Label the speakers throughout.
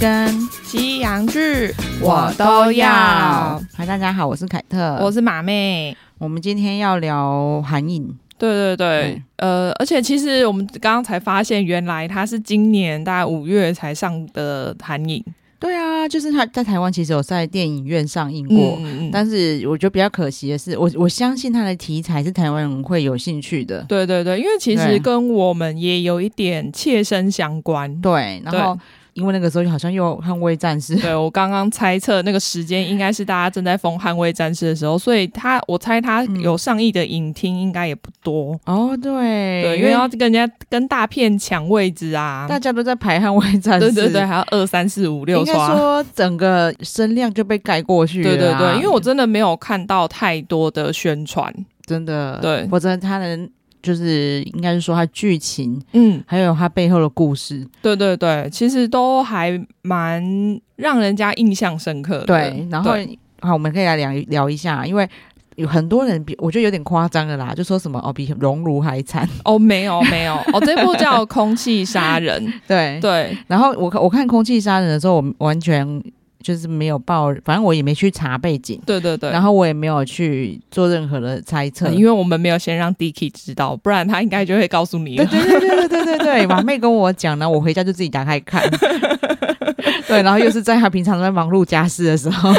Speaker 1: 跟
Speaker 2: 西洋剧
Speaker 1: 嗨，大家好，我是凯特。
Speaker 2: 我是马妹。
Speaker 1: 我们今天要聊韩影，
Speaker 2: 对对对，呃，而且其实我们刚刚才发现，原来它是今年大概五月才上的韩影
Speaker 1: 对啊，就是他在台湾其实有在电影院上映过，
Speaker 2: 嗯嗯嗯
Speaker 1: 但是我觉得比较可惜的是，我我相信他的题材是台湾人会有兴趣的。
Speaker 2: 对对对，因为其
Speaker 1: 对
Speaker 2: 实跟我们也有一点切身相关。
Speaker 1: 对，然后因为那个时候好像又有捍卫战 士，
Speaker 2: 对我刚刚猜测那个时间应该是大家正在疯《捍卫战士》的时候，所以他我猜他
Speaker 1: 嗯
Speaker 2: 有上映的影厅应该也不多。
Speaker 1: 哦，对，
Speaker 2: 对，因为要跟人家跟大片抢位置啊。
Speaker 1: 大家都在排捍卫战士，
Speaker 2: 对对对，。还要二三四五六
Speaker 1: 应该
Speaker 2: 刷。啊
Speaker 1: 说整个声量就被盖过去了啊、
Speaker 2: 对对对，因为我真的没有看到太多的宣传。
Speaker 1: 真的
Speaker 2: 对
Speaker 1: 或者他能就是应该是说他剧情
Speaker 2: 嗯，
Speaker 1: 还有它背后的故事，
Speaker 2: 对对对，其实都还蛮让人家印象深刻的。
Speaker 1: 对，然后
Speaker 2: 对
Speaker 1: 好，我们可以来聊一聊一下，因为有很多人比我觉得有点夸张的啦，就说什么哦比熔炉还惨，
Speaker 2: 哦，没有没有，哦，这部叫《空气杀人》
Speaker 1: 对。
Speaker 2: 对。
Speaker 1: 然后我看我看《空气杀人》的时候，我完全就是没有报，反正我也没去查背景，
Speaker 2: 对对对，嗯
Speaker 1: 然后我也没有去做任何的猜测，
Speaker 2: 因为我们没有先让 Dicky 知道，不然他应该就会告诉你
Speaker 1: 对
Speaker 2: 了。
Speaker 1: 对对对对对对对，马妹跟我讲呢，我回家就自己打开看。对，然后又是在她平常在忙碌家事的时候，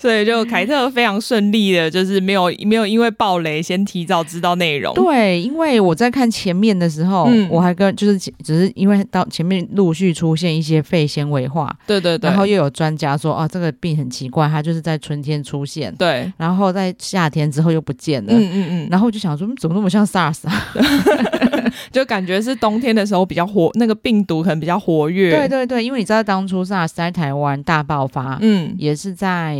Speaker 2: 所以就凯特非常顺利的，就是没有没有因为暴雷先提早知道内容。
Speaker 1: 对，因为我在看前面的时候，
Speaker 2: 嗯
Speaker 1: 我还跟就是只是因为到前面陆续出现一些肺纤维化，
Speaker 2: 对对对，
Speaker 1: 然后又有专家说哦，这个病很奇怪，它就是在春天出现，
Speaker 2: 对，
Speaker 1: 然后在夏天之后又不见了。
Speaker 2: 嗯嗯嗯，
Speaker 1: 然后我就想说，嗯怎么那么像 SARS 啊？
Speaker 2: 就感觉是冬天的时候比较活，那个病毒可能比较活跃。
Speaker 1: 对对对，因为你知道当初 SARS 在台湾大爆发，
Speaker 2: 嗯，
Speaker 1: 也是在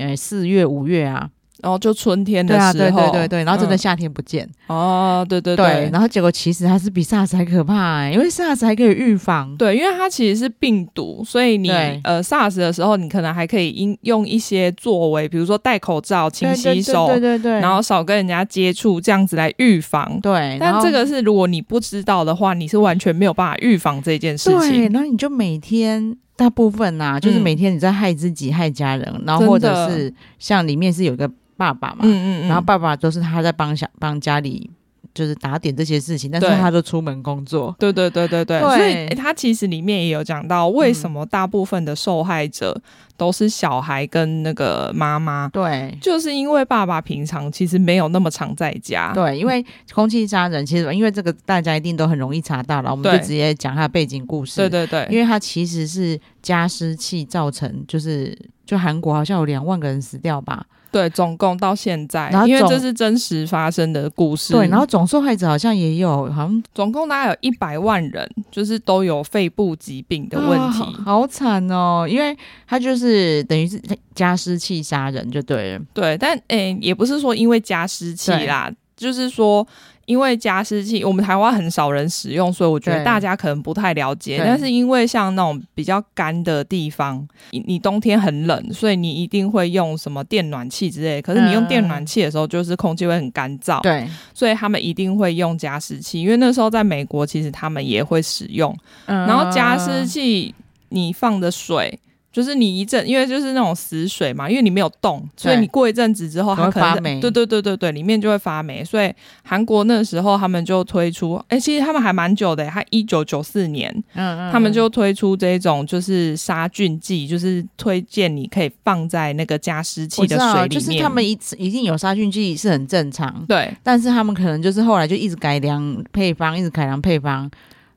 Speaker 1: 呃四月五月啊，
Speaker 2: 然后就春天的
Speaker 1: 对啊，
Speaker 2: 时候，
Speaker 1: 对对对对，然后真的
Speaker 2: 嗯
Speaker 1: 夏天不见，
Speaker 2: 哦，对对
Speaker 1: 对
Speaker 2: 对，
Speaker 1: 然后结果其实还是比 SARS 还可怕、欸，因为 SARS 还可以预防，
Speaker 2: 对，因为它其实是病毒，所以你
Speaker 1: 对
Speaker 2: 呃 SARS 的时候，你可能还可以应用一些作为，比如说戴口罩、勤
Speaker 1: 对对
Speaker 2: 洗手，
Speaker 1: 对对对对，
Speaker 2: 然后少跟人家接触，这样子来预防。
Speaker 1: 对，然
Speaker 2: 但
Speaker 1: 后
Speaker 2: 这个是如果你不知道的话，你是完全没有办法预防这件事
Speaker 1: 对，
Speaker 2: 情。
Speaker 1: 然后你就每天大部分呐、就是
Speaker 2: 嗯
Speaker 1: 每天你在害自己、害家人，然后
Speaker 2: 真的
Speaker 1: 或者是像里面是有一个爸爸嘛，
Speaker 2: 嗯嗯嗯，
Speaker 1: 然后爸爸都是他在帮小帮家里就是打点这些事情，但是
Speaker 2: 对
Speaker 1: 他都出门工作。
Speaker 2: 对对对对对，
Speaker 1: 对嗯
Speaker 2: 所以、诶他其实里面也有讲到，为什么大部分的受害者都是小孩跟那个妈妈，
Speaker 1: 对。
Speaker 2: 就是因为爸爸平常其实没有那么常在家。
Speaker 1: 对，因为空气杀人，其实因为这个大家一定都很容易查到了，我们就
Speaker 2: 对
Speaker 1: 直接讲他的背景故事。
Speaker 2: 对对对，
Speaker 1: 因为它其实是加湿器造成，就是就韩国好像有两万个人死掉吧，
Speaker 2: 对，总共到现在
Speaker 1: 然后，
Speaker 2: 因为
Speaker 1: 总
Speaker 2: 这是真实发生的故事。
Speaker 1: 对，然后总受害者好像也有好像
Speaker 2: 总共大概有一百万人，就是都有肺部疾病的问题。
Speaker 1: 啊好好惨哦，因为他就是等于是加湿器杀人就对了，
Speaker 2: 对，但诶、也不是说因为加湿器
Speaker 1: 对
Speaker 2: 啦，就是说。因为加湿器，我们台湾很少人使用，所以我觉得
Speaker 1: 对
Speaker 2: 大家可能不太了解。
Speaker 1: 对
Speaker 2: 但是因为像那种比较干的地方，你你冬天很冷，所以你一定会用什么电暖气之类。可是你用电暖气的时候，就是空气会很干燥，
Speaker 1: 嗯对，
Speaker 2: 所以他们一定会用加湿器。因为那时候在美国，其实他们也会使用。
Speaker 1: 嗯
Speaker 2: 然后加湿器你放的水。就是你一阵，因为就是那种死水嘛，因为你没有动，所以你过一阵子之后，
Speaker 1: 它会
Speaker 2: 它可能
Speaker 1: 发霉
Speaker 2: 对对对对对，里面就会发霉。所以韩国那时候他们就推出，哎、其实他们还蛮久的，他一九九四年，
Speaker 1: 嗯
Speaker 2: 他们就推出这种就是杀菌剂，就是推荐你可以放在那个加湿器
Speaker 1: 我知
Speaker 2: 的
Speaker 1: 道啊
Speaker 2: 水里面。
Speaker 1: 就是他们一次一定有杀菌剂是很正常，
Speaker 2: 对
Speaker 1: 但是他们可能就是后来就一直改良配方，一直改良配方，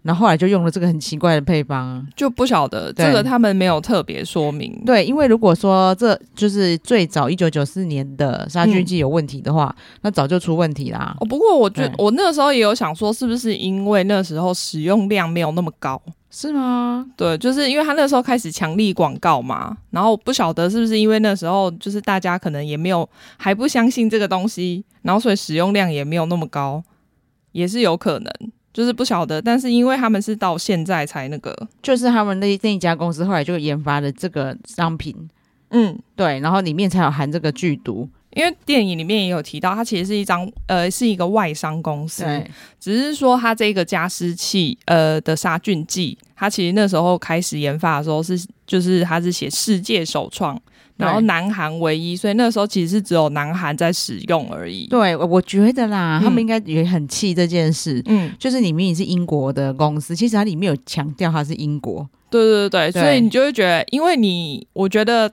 Speaker 1: 然后后来就用了这个很奇怪的配方。
Speaker 2: 就不晓得
Speaker 1: 对
Speaker 2: 这个他们没有特别说明。
Speaker 1: 对，因为如果说这就是最早一九九四年的杀菌剂有问题的话，那早就出问题啦。
Speaker 2: 哦，不过我觉
Speaker 1: 对
Speaker 2: 我那时候也有想说，是不是因为那时候使用量没有那么高？
Speaker 1: 是吗？
Speaker 2: 对，就是因为他那时候开始强力广告嘛，然后不晓得是不是因为那时候就是大家可能也没有还不相信这个东西，然后所以使用量也没有那么高，也是有可能，就是不晓得。但是因为他们是到现在才那个，
Speaker 1: 就是他们那那一家公司后来就研发了这个商品，
Speaker 2: 嗯，
Speaker 1: 对，然后里面才有含这个剧毒，
Speaker 2: 因为电影里面也有提到，它其实是一张呃是一个外商公司，
Speaker 1: 对，
Speaker 2: 只是说它这个加湿器呃的杀菌剂，它其实那时候开始研发的时候是就是它是写世界首创，然后
Speaker 1: 对
Speaker 2: 南韩唯一，所以那时候其实是只有南韩在使用而已。
Speaker 1: 对，我我觉得啦，
Speaker 2: 嗯
Speaker 1: 他们应该也很气这件事。
Speaker 2: 嗯，
Speaker 1: 就是里面是英国的公司，其实它里面有强调它是英国，
Speaker 2: 对对对，
Speaker 1: 对
Speaker 2: 所以你就会觉得，因为你我觉得。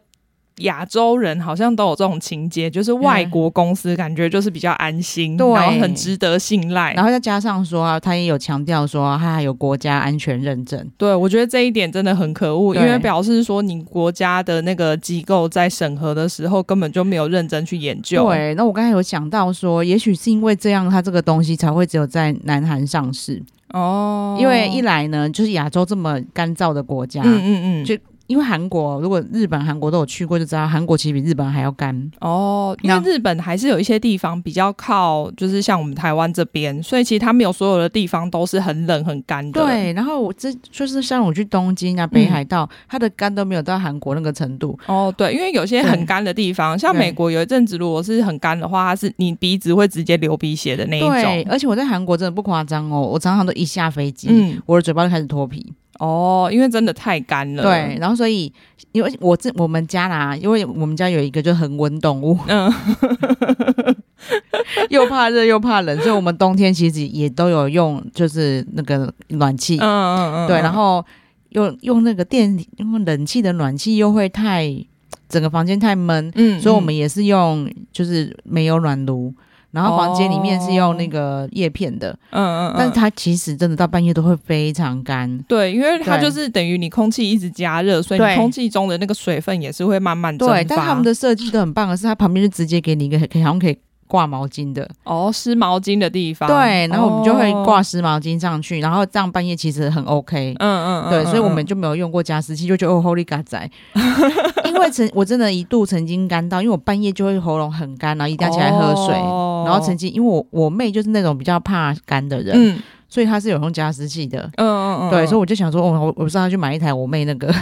Speaker 2: 亚洲人好像都有这种情节，就是外国公司感觉就是比较安心，
Speaker 1: 嗯对
Speaker 2: 然后很值得信赖。
Speaker 1: 然后再加上说啊，他也有强调说啊它还有国家安全认证，
Speaker 2: 对，我觉得这一点真的很可恶，因
Speaker 1: 对
Speaker 2: 为表示说你国家的那个机构在审核的时候根本就没有认真去研究。，
Speaker 1: 对，那我刚才有讲到说，也许是因为这样，它这个东西才会只有在南韩上市，
Speaker 2: 哦，
Speaker 1: 因为一来呢，就是亚洲这么干燥的国家，
Speaker 2: 嗯嗯嗯，
Speaker 1: 就因为韩国，如果日本、韩国都有去过，就知道韩国其实比日本还要干。
Speaker 2: 哦，因为
Speaker 1: 那
Speaker 2: 日本还是有一些地方比较靠，就是像我们台湾这边，所以其实它没有所有的地方都是很冷很干的。，嗯
Speaker 1: 对，然后我这就是像我去东京啊、北海道，它的干都没有到韩国那个程度。
Speaker 2: 哦对，因为有些很干的地方，像
Speaker 1: 对
Speaker 2: 美国有一阵子如果是很干的话，它是你鼻子会直接流鼻血的那一
Speaker 1: 对，
Speaker 2: 种。
Speaker 1: 而且我在韩国真的不夸张哦，我常常都一下飞机，
Speaker 2: 嗯，
Speaker 1: 我的嘴巴就开始脱皮。
Speaker 2: 哦，因为真的太干了。
Speaker 1: 对，，然后所以因为我这我们家啦，因为我们家有一个就恒温动物，
Speaker 2: 嗯，
Speaker 1: 又怕热又怕冷，所以我们冬天其实也都有用，就是那个暖气。
Speaker 2: 嗯嗯嗯，
Speaker 1: 对，
Speaker 2: 嗯
Speaker 1: 然后用用那个电用冷气的暖气又会太整个房间太闷，
Speaker 2: 嗯，
Speaker 1: 所以我们
Speaker 2: 嗯
Speaker 1: 也是用就是没有暖炉，然后房间里面是用那个叶片的，
Speaker 2: 嗯嗯，
Speaker 1: 但是
Speaker 2: 嗯
Speaker 1: 它其实真的到半夜都会非常干。
Speaker 2: 对，因为它
Speaker 1: 对
Speaker 2: 就是等于你空气一直加热，所以你
Speaker 1: 对
Speaker 2: 空气中的那个水分也是会慢慢蒸发。
Speaker 1: 对，但他们的设计都很棒的是，它旁边就直接给你一个可以好像可以挂毛巾的，
Speaker 2: 哦湿毛巾的地方，
Speaker 1: 对，然后我们就会
Speaker 2: 哦
Speaker 1: 挂湿毛巾上去，然后这样半夜其实很 OK。
Speaker 2: 嗯嗯，嗯
Speaker 1: 对，所以我们
Speaker 2: 嗯
Speaker 1: 就没有用过加湿器，就觉得哦，Holy God 仔，因为曾我真的一度曾经干到，因为我半夜就会喉咙很干，然后一定要起来喝水，
Speaker 2: 哦
Speaker 1: 然后曾经因为我我妹就是那种比较怕干的人，
Speaker 2: 嗯
Speaker 1: 所以她是有用加湿器的。
Speaker 2: 嗯嗯嗯，
Speaker 1: 对，所以
Speaker 2: 以
Speaker 1: 我就想说，哦，我我不是要去买一台我妹那个，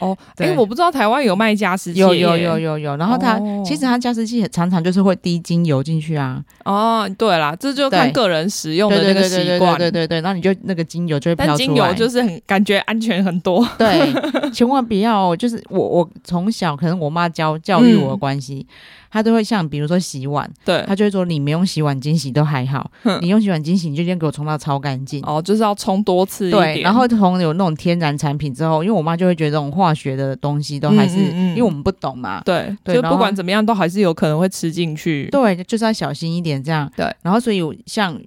Speaker 2: 哦，
Speaker 1: 对
Speaker 2: 哎，我不知道台湾有卖加湿器 耶，
Speaker 1: 有有有有有，然后她、
Speaker 2: 哦
Speaker 1: 其实她加湿器很常常就是会滴精油进去啊，
Speaker 2: 哦，对啦，这就看
Speaker 1: 对
Speaker 2: 个人使用
Speaker 1: 对
Speaker 2: 的
Speaker 1: 对
Speaker 2: 那个
Speaker 1: 对对对
Speaker 2: 习
Speaker 1: 对
Speaker 2: 惯，
Speaker 1: 对对对，然后你就那个精油就会
Speaker 2: 但
Speaker 1: 飘出来，
Speaker 2: 精 油就是很感觉安全很多，
Speaker 1: 对，千万不要，哦就是我我从小可能我妈教教育我的关系，她都会像比如说洗碗，
Speaker 2: 嗯对，
Speaker 1: 她就会说你没用洗碗巾洗都还好，
Speaker 2: 哼
Speaker 1: 你用洗碗巾洗你就先给我冲到超干净。
Speaker 2: 哦，就是要冲多次一
Speaker 1: 对，
Speaker 2: 点
Speaker 1: 然后从有那种天然产品之后，因为我妈就会觉得这种化学的东西都
Speaker 2: 嗯
Speaker 1: 还是，
Speaker 2: 嗯嗯
Speaker 1: 因为我们不懂嘛，
Speaker 2: 对，
Speaker 1: 对
Speaker 2: 就
Speaker 1: 然后
Speaker 2: 不管怎么样都还是有可能会吃进去，
Speaker 1: 对，就是要小心一点这样。
Speaker 2: 对，
Speaker 1: 然后所以我像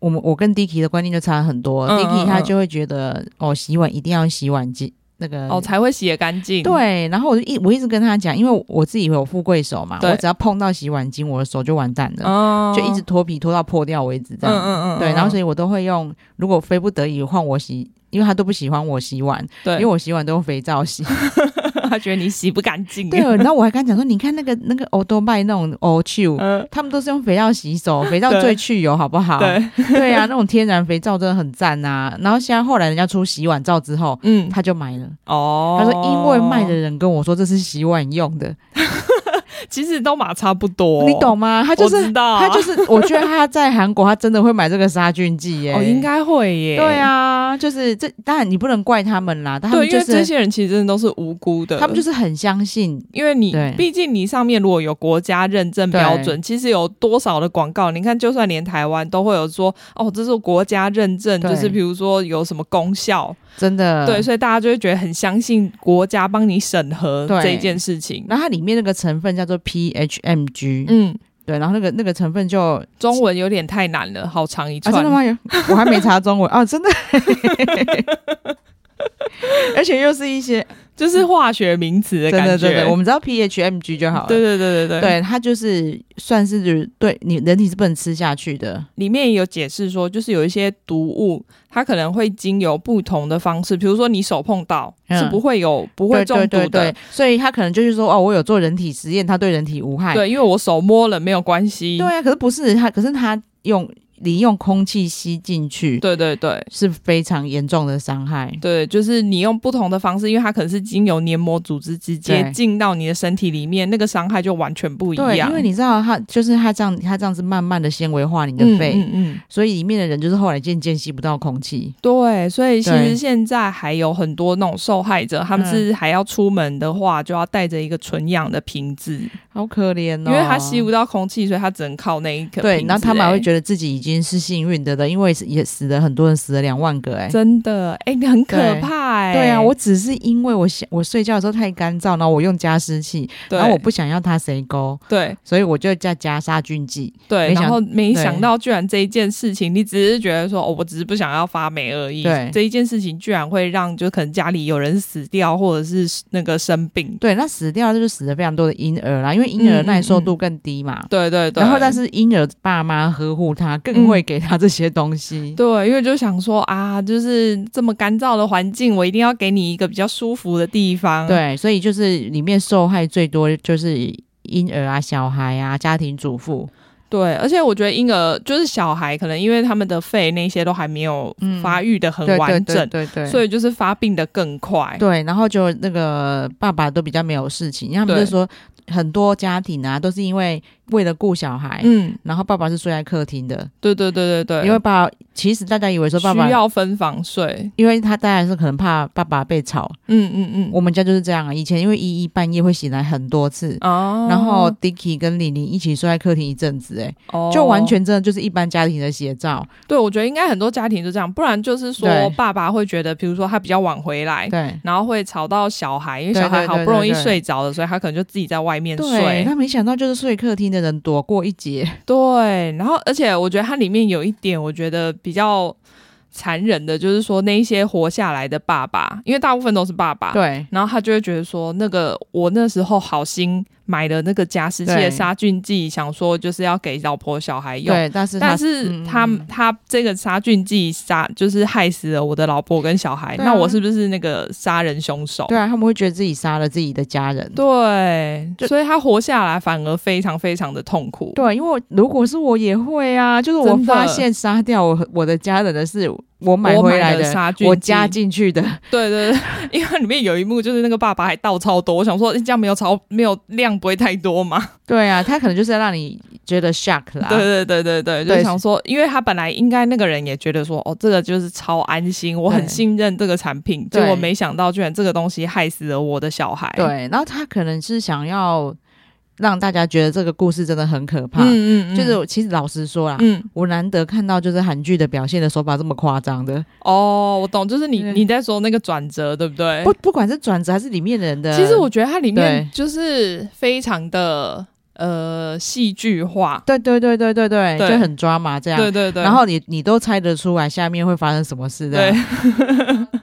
Speaker 1: 我们我跟 Dicky 的观念就差很多、
Speaker 2: 嗯
Speaker 1: d i c k
Speaker 2: 嗯
Speaker 1: y 他
Speaker 2: 嗯
Speaker 1: 就会觉得哦，洗碗一定要洗碗机那个
Speaker 2: 哦，才会洗得干净，
Speaker 1: 对，然后我就一我一直跟他讲，因为我自己有富贵手嘛，
Speaker 2: 对
Speaker 1: 我只要碰到洗碗巾，我的手就完蛋了，
Speaker 2: 哦，
Speaker 1: 就一直脱皮脱到破掉为止这
Speaker 2: 嗯
Speaker 1: 样。
Speaker 2: 嗯嗯，
Speaker 1: 对，然后所
Speaker 2: 以
Speaker 1: 以我都会用，如果非不得已换我洗，因为他都不喜欢我洗碗，
Speaker 2: 对，
Speaker 1: 因为我洗碗都用肥皂洗。
Speaker 2: 他觉得你洗不干净。
Speaker 1: 对，然后我还跟他讲说，你看那个那个欧多麦那种欧 Q，
Speaker 2: 嗯，
Speaker 1: 他们都是用肥皂洗手，肥皂
Speaker 2: 对
Speaker 1: 最去油，好不好？
Speaker 2: 对，
Speaker 1: 对啊，那种天然肥皂真的很赞呐、然后现在后来人家出洗碗皂之后，
Speaker 2: 嗯，
Speaker 1: 他就买了。
Speaker 2: 哦，
Speaker 1: 他说：“因为卖的人跟我说这是洗碗用的，
Speaker 2: 其实都马差不多，
Speaker 1: 你懂吗？他
Speaker 2: 我
Speaker 1: 就是
Speaker 2: 知道啊
Speaker 1: 他就是，我觉得他在韩国，他真的会买这个杀菌剂耶、
Speaker 2: 哦，应该会耶，
Speaker 1: 对。啊，就是这，当然你不能怪他们啦，但他们
Speaker 2: 对，因
Speaker 1: 就
Speaker 2: 为这
Speaker 1: 是
Speaker 2: 些人其实真的都是无辜的，
Speaker 1: 他们就是是很相信，
Speaker 2: 因为你
Speaker 1: 对，
Speaker 2: 毕竟你上面如果有国家认证标准，其实有多少的广告，你看，就算连台湾都会有说，哦，这是国家认证，
Speaker 1: 对
Speaker 2: 就是比如说有什么功效，
Speaker 1: 真的
Speaker 2: 对，。所以大家就会觉得很相信国家帮你审核
Speaker 1: 对
Speaker 2: 这件事情。
Speaker 1: 然后它里面那个成分叫做 PHMG，、
Speaker 2: 嗯，
Speaker 1: 对，然后那个那个成分就啊，
Speaker 2: 中文有点太难了，好长一串。
Speaker 1: 真的吗？有我还没查中文啊，真的， 而且又是一些
Speaker 2: 就是化学名词的
Speaker 1: 真
Speaker 2: 感觉。
Speaker 1: 的真的，我们只要 PHMG 就好了。
Speaker 2: 对对对对对，
Speaker 1: 对，它就是算是就是对你人体是不能吃下去的。
Speaker 2: 里面也有解释说，就是有一些毒物，它可能会经由不同的方式，比如说你手碰到、
Speaker 1: 嗯
Speaker 2: 是不会有不会中毒的。
Speaker 1: 对对对对，所以他可能就是说，哦，我有做人体实验，它对人体无害。
Speaker 2: 对因为我手摸了没有关系。
Speaker 1: 对啊，可是不是他，可是他用你用空气吸进去
Speaker 2: 对对对
Speaker 1: 是非常严重的伤害。
Speaker 2: 对，就是你用不同的方式，因为它可能是经由黏膜组织直接
Speaker 1: 对
Speaker 2: 进到你的身体里面，那个伤害就完全不一
Speaker 1: 对，
Speaker 2: 样。
Speaker 1: 因为你知道它就是它这样，它这样子慢慢的纤维化你的
Speaker 2: 嗯
Speaker 1: 肺，
Speaker 2: 嗯嗯，
Speaker 1: 所以里面的人就是后来渐渐吸不到空气。
Speaker 2: 对，所以其实
Speaker 1: 对
Speaker 2: 现在还有很多那种受害者，他们
Speaker 1: 嗯
Speaker 2: 是还要出门的话，就要带着一个纯氧的瓶子，
Speaker 1: 好可怜哦，
Speaker 2: 因为他吸不到空气，所以他只能靠那一个瓶子、
Speaker 1: 对，然后他们还会
Speaker 2: 得。
Speaker 1: 觉得自己已经是幸运的了，因为也死了很多人，死了两万个哎、
Speaker 2: 真的，哎、你很可
Speaker 1: 对
Speaker 2: 怕哎、
Speaker 1: 对啊，我只是因为我想我睡觉的时候太干燥，然后我用加湿器，
Speaker 2: 对
Speaker 1: 然啊后我不想要它谁勾，
Speaker 2: 对
Speaker 1: 所以我就再加杀菌剂。
Speaker 2: 对，
Speaker 1: 没想
Speaker 2: 然后没
Speaker 1: 对
Speaker 2: 想到居然这一件事情，你只是觉得说哦，我只是不想要发霉而已。
Speaker 1: 对
Speaker 2: 这一件事情居然会让就可能家里有人死掉，或者是那个生病。
Speaker 1: 对，那死掉就是死了非常多的婴儿啦，因为婴儿
Speaker 2: 嗯嗯
Speaker 1: 耐受度更低嘛。
Speaker 2: 对对对，
Speaker 1: 然后，但是婴儿爸妈呵护他，更会给他这些东西。
Speaker 2: 对，因为就想说啊，就是这么干燥的环境，我一定要给你一个比较舒服的地方。
Speaker 1: 对，所以就是里面受害最多就是婴儿啊、小孩啊、家庭主妇。
Speaker 2: 对，而且我觉得婴儿就是小孩，可能因为他们的肺那些都还没有
Speaker 1: 嗯
Speaker 2: 发育的很
Speaker 1: 对
Speaker 2: 完
Speaker 1: 对
Speaker 2: 整，
Speaker 1: 对对对，
Speaker 2: 所以就是发病的更快。
Speaker 1: 对，然后就那个爸爸都比较没有事情，因为他们
Speaker 2: 对
Speaker 1: 就说很多家庭啊都是因为为了顾小孩，
Speaker 2: 嗯，
Speaker 1: 然后爸爸是睡在客厅的，
Speaker 2: 对对对对对，
Speaker 1: 因为爸爸其实大家以为说爸爸
Speaker 2: 需，要分房睡。
Speaker 1: 因为他当然是可能怕爸爸被吵，
Speaker 2: 嗯嗯嗯，
Speaker 1: 我们家就是这样啊，以前因为依依半夜会醒来很多次。
Speaker 2: 哦，
Speaker 1: 然后 Dicky 跟李玲一起睡在客厅一阵子、欸，
Speaker 2: 哦
Speaker 1: 就完全真的就是一般家庭的写照。
Speaker 2: 对我觉得应该很多家庭就这样，不然就是说
Speaker 1: 对
Speaker 2: 爸爸会觉得，比如说他比较晚回来。
Speaker 1: 对
Speaker 2: 然后会吵到小孩，因为
Speaker 1: 对
Speaker 2: 小
Speaker 1: 对
Speaker 2: 孩好
Speaker 1: 对
Speaker 2: 不容易
Speaker 1: 对对
Speaker 2: 睡着了，所以他可能就自己在外面
Speaker 1: 对，
Speaker 2: 睡。
Speaker 1: 他没想到就是睡客厅的人躲过一劫。
Speaker 2: 对，然后而且我觉得它里面有一点，我觉得比较残忍的，就是说那一些活下来的爸爸，因为大部分都是爸爸，
Speaker 1: 对，
Speaker 2: 然后他就会觉得说，那个我那时候好心买的那个加湿器的
Speaker 1: 对
Speaker 2: 杀菌剂，想说就是要给老婆小孩用。
Speaker 1: 对，但是他
Speaker 2: 但是
Speaker 1: 嗯
Speaker 2: 他、
Speaker 1: 嗯
Speaker 2: 他这个杀菌剂杀就是害死了我的老婆跟小孩，
Speaker 1: 对啊
Speaker 2: 那我是不是那个杀人凶手？
Speaker 1: 对啊，他们会觉得自己杀了自己的家人。
Speaker 2: 对，
Speaker 1: 就
Speaker 2: 所以他活下来反而非常非常的痛苦。
Speaker 1: 对，因为如果是我也会啊，就是我
Speaker 2: 真的
Speaker 1: 发现杀掉我我的家人的是我买
Speaker 2: 我买
Speaker 1: 回来
Speaker 2: 的杀菌
Speaker 1: 我
Speaker 2: 剂
Speaker 1: 加进去的，
Speaker 2: 对对对， 因为里面有一幕就是那个爸爸还倒超多，我想说诶这样没有超没有量不会太多嘛。
Speaker 1: 对啊，他可能就是要让你觉得 shock 啦。
Speaker 2: 对对对对对，就
Speaker 1: 啊对
Speaker 2: 想说，因为他本来应该那个人也觉得说，哦，这个就是超安心，我很
Speaker 1: 对
Speaker 2: 信任这个产品，结
Speaker 1: 对
Speaker 2: 果没想到居然这个东西害死了我的小孩。
Speaker 1: 对然后他可能是想要让大家觉得这个故事真的很可怕。
Speaker 2: 嗯嗯嗯，
Speaker 1: 就是我啊其实老实说啦，
Speaker 2: 嗯
Speaker 1: 我难得看到就是韩剧的表现的手法这么夸张的，
Speaker 2: 哦，我懂，就是你
Speaker 1: 对
Speaker 2: 你在说那个转折，对不对？
Speaker 1: 不不管是转折还是里面的人的，
Speaker 2: 其实我觉得它里面
Speaker 1: 对
Speaker 2: 就是非常的呃戏剧化。
Speaker 1: 对对对对对对，
Speaker 2: 对
Speaker 1: 就很抓嘛这样。
Speaker 2: 对对对，
Speaker 1: 然后你你都猜得出来下面会发生什么事的
Speaker 2: 对，，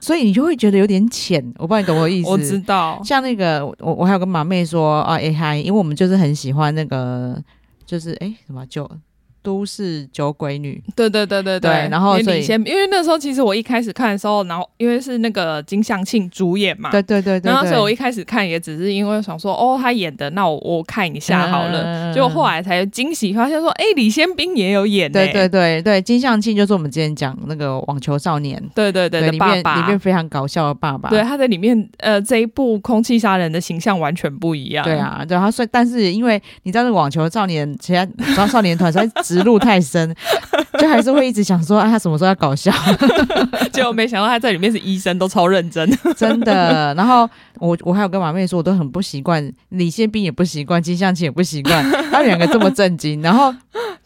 Speaker 1: 所以你就会觉得有点浅。我不知道你懂我的意思。
Speaker 2: 我知道，
Speaker 1: 像那个我我还有跟马妹说啊，哎嗨，因为我们就是很喜欢那个，就是哎什么酒都市酒鬼女，
Speaker 2: 对对对对
Speaker 1: 对然后
Speaker 2: 因为
Speaker 1: 所
Speaker 2: 李
Speaker 1: 以
Speaker 2: 先，因为那时候其实我一开始看的时候，然后因为是那个金相庆主演嘛，
Speaker 1: 对对对对对，
Speaker 2: 然后所以我一开始看也只是因为想说，哦，他演的，那我我看一下好了。
Speaker 1: 嗯
Speaker 2: 结果后来才惊喜发现说，哎、李先斌也有演、欸，
Speaker 1: 对对对对，金相庆就是我们之前讲那个网球少年，
Speaker 2: 对对对的
Speaker 1: 里
Speaker 2: 爸
Speaker 1: 面里
Speaker 2: 爸
Speaker 1: 面。非常搞笑的爸爸，
Speaker 2: 对，他在里面，呃，这一部《空气杀人》的形象完全不一样。
Speaker 1: 对，啊，对啊，所以但是因为你知道，那个网球少年，其他少少年团实在植入太深， 就还是会一直想说，啊，他什么时候要搞笑？
Speaker 2: 结果没想到他在里面是医生，都超 认真。
Speaker 1: 真的。然后我我还有跟马妹说，我都很不习惯，李宪斌也不习惯，金相庆也不习惯，他们两个这么震惊。然 后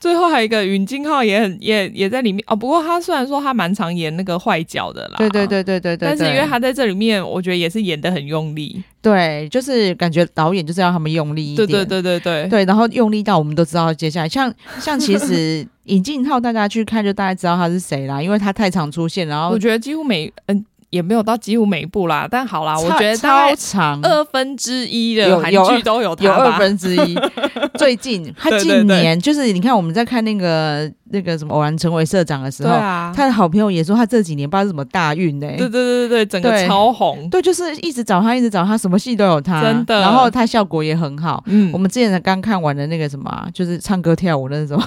Speaker 2: 最后还有一个云金浩也很也也在里面哦，不过他虽然说他蛮常演那个坏脚的啦，
Speaker 1: 对对对对对对
Speaker 2: 啊但是因为
Speaker 1: 对
Speaker 2: 他在这里面，我觉得也是演的很用力。
Speaker 1: 对，就是感觉导演就是要他们用力一
Speaker 2: 对
Speaker 1: 点，
Speaker 2: 对对对对
Speaker 1: 对，然后用力到我们都知道，接下来像像其 实尹静浩，大家去看就大概知道他是谁啦，因为他太常出现，然后
Speaker 2: 我觉得几乎每嗯也没有到几乎每一部啦，但好啦，我觉得大
Speaker 1: 超
Speaker 2: 概
Speaker 1: 长。
Speaker 2: 二分之一的
Speaker 1: 有
Speaker 2: 韩
Speaker 1: 有
Speaker 2: 剧
Speaker 1: 二
Speaker 2: 都有
Speaker 1: 有
Speaker 2: 他
Speaker 1: 二
Speaker 2: 吧。
Speaker 1: 分之 一，最近他
Speaker 2: 对对
Speaker 1: 近
Speaker 2: 对
Speaker 1: 年就是你看我们在看那个那个什么偶然成为社长的时
Speaker 2: 对
Speaker 1: 候，
Speaker 2: 啊，
Speaker 1: 他的好朋友也说他这几年不知道是什么大运呢、
Speaker 2: 对对对对对，整个
Speaker 1: 对
Speaker 2: 超红。
Speaker 1: 对，就是一直找他，一直找他，什么戏都有他，
Speaker 2: 真的
Speaker 1: 然后他效果也很好。
Speaker 2: 嗯，
Speaker 1: 我们之前刚看完的那个什么啊，就是唱歌跳舞那种，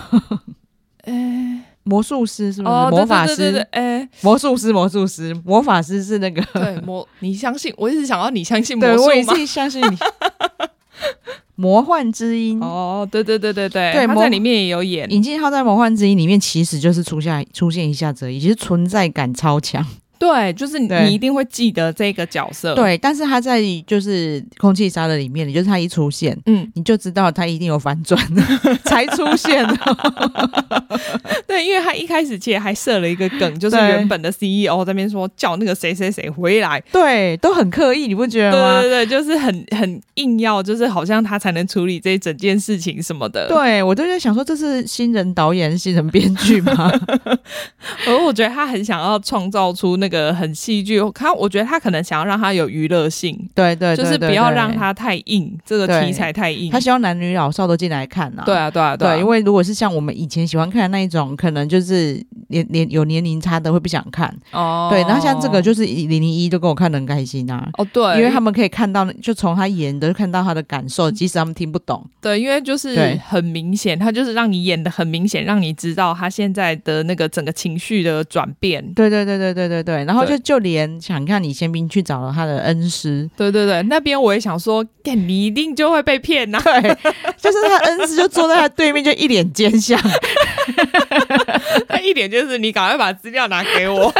Speaker 1: 哎，魔术师是不是？
Speaker 2: 哦，对
Speaker 1: 魔法
Speaker 2: 对对对对
Speaker 1: 师，，
Speaker 2: 哎，
Speaker 1: 魔术师，魔术师，魔法师是那个。
Speaker 2: 对魔，你相信？我一直想要你相信魔
Speaker 1: 对，我也
Speaker 2: 术吗？
Speaker 1: 是相信 你。魔幻之音，
Speaker 2: 哦，对对对对对，
Speaker 1: 对
Speaker 2: 他
Speaker 1: 魔
Speaker 2: 在里面也有演，
Speaker 1: 尹静浩在《魔幻之音》里面其实就是出现出现一下子而已，其实存在感超强。
Speaker 2: 对，就是你
Speaker 1: 对
Speaker 2: 你一定会记得这个角色，，
Speaker 1: 对，但是他在就是《空气沙的里面，你就是他一出现。
Speaker 2: 嗯，
Speaker 1: 你就知道他一定有反转 才出 现的，
Speaker 2: 嗯对，因为他一开始其实还设了一个梗，就是
Speaker 1: 对
Speaker 2: 原本的 CEO 在那边说叫那个谁谁谁回来，啊
Speaker 1: 对，都很刻意，你不觉
Speaker 2: 对
Speaker 1: 得吗？
Speaker 2: 对对，就是 很很硬要，就是好像他才能处理这整件事情什么的。
Speaker 1: 对我都在想说，这是新人导演、新人编剧 吗？
Speaker 2: 而我觉得他很想要创造出那个很戏剧，他我觉得他可能想要让他有娱乐性，
Speaker 1: 对对对
Speaker 2: 就是
Speaker 1: 对
Speaker 2: 不要
Speaker 1: 对
Speaker 2: 让他太硬，这个
Speaker 1: 对
Speaker 2: 题材太硬
Speaker 1: 他。希望男女老少都进来看啊。
Speaker 2: 对啊，对啊，
Speaker 1: 对，
Speaker 2: 啊，
Speaker 1: 因为如果是像我们以前喜欢看的那一种，可能就是年年有年龄差的会不想看。
Speaker 2: 哦，
Speaker 1: 对，然后像这个就是零零一都跟我看得很开心啊。
Speaker 2: 哦，对，
Speaker 1: 因为他们可以看到，就从他演的就看到他的感受，即使他们听不懂。
Speaker 2: 对，因为就是
Speaker 1: 对
Speaker 2: 很明显，他就是让你演的很明显，让你知道他现在的那个整个情绪的转变。
Speaker 1: 对对对对对对对，然后就
Speaker 2: 对
Speaker 1: 就连想看李先兵去找了他的恩师，
Speaker 2: 对对对，那边我也想说，干你一定就会被骗啊 呐、
Speaker 1: 对，就是他恩师就坐在他对面，就一脸奸 相。
Speaker 2: 他 一点就是你赶快把资料拿给 我。